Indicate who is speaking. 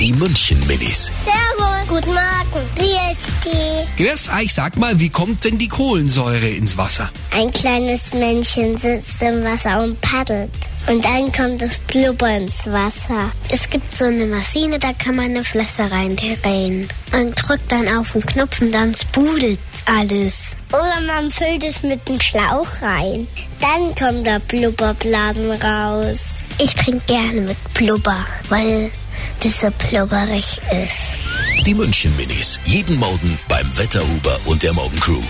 Speaker 1: Die München-Minis.
Speaker 2: Servus. Guten Morgen. Wie
Speaker 1: Grüß euch, ah, sag mal, wie kommt denn die Kohlensäure ins Wasser?
Speaker 2: Ein kleines Männchen sitzt im Wasser und paddelt. Und dann kommt das Blubber ins Wasser. Es gibt so eine Maschine, da kann man eine Flasche reindrehen. Man drückt dann auf den Knopf und dann sprudelt alles. Oder man füllt es mit einem Schlauch rein. Dann kommt der Blubberbladen raus. Ich trinke gerne mit Blubber, weil das so blubberig ist.
Speaker 1: Die München-Minis. Jeden Morgen beim Wetterhuber und der Morgencrew.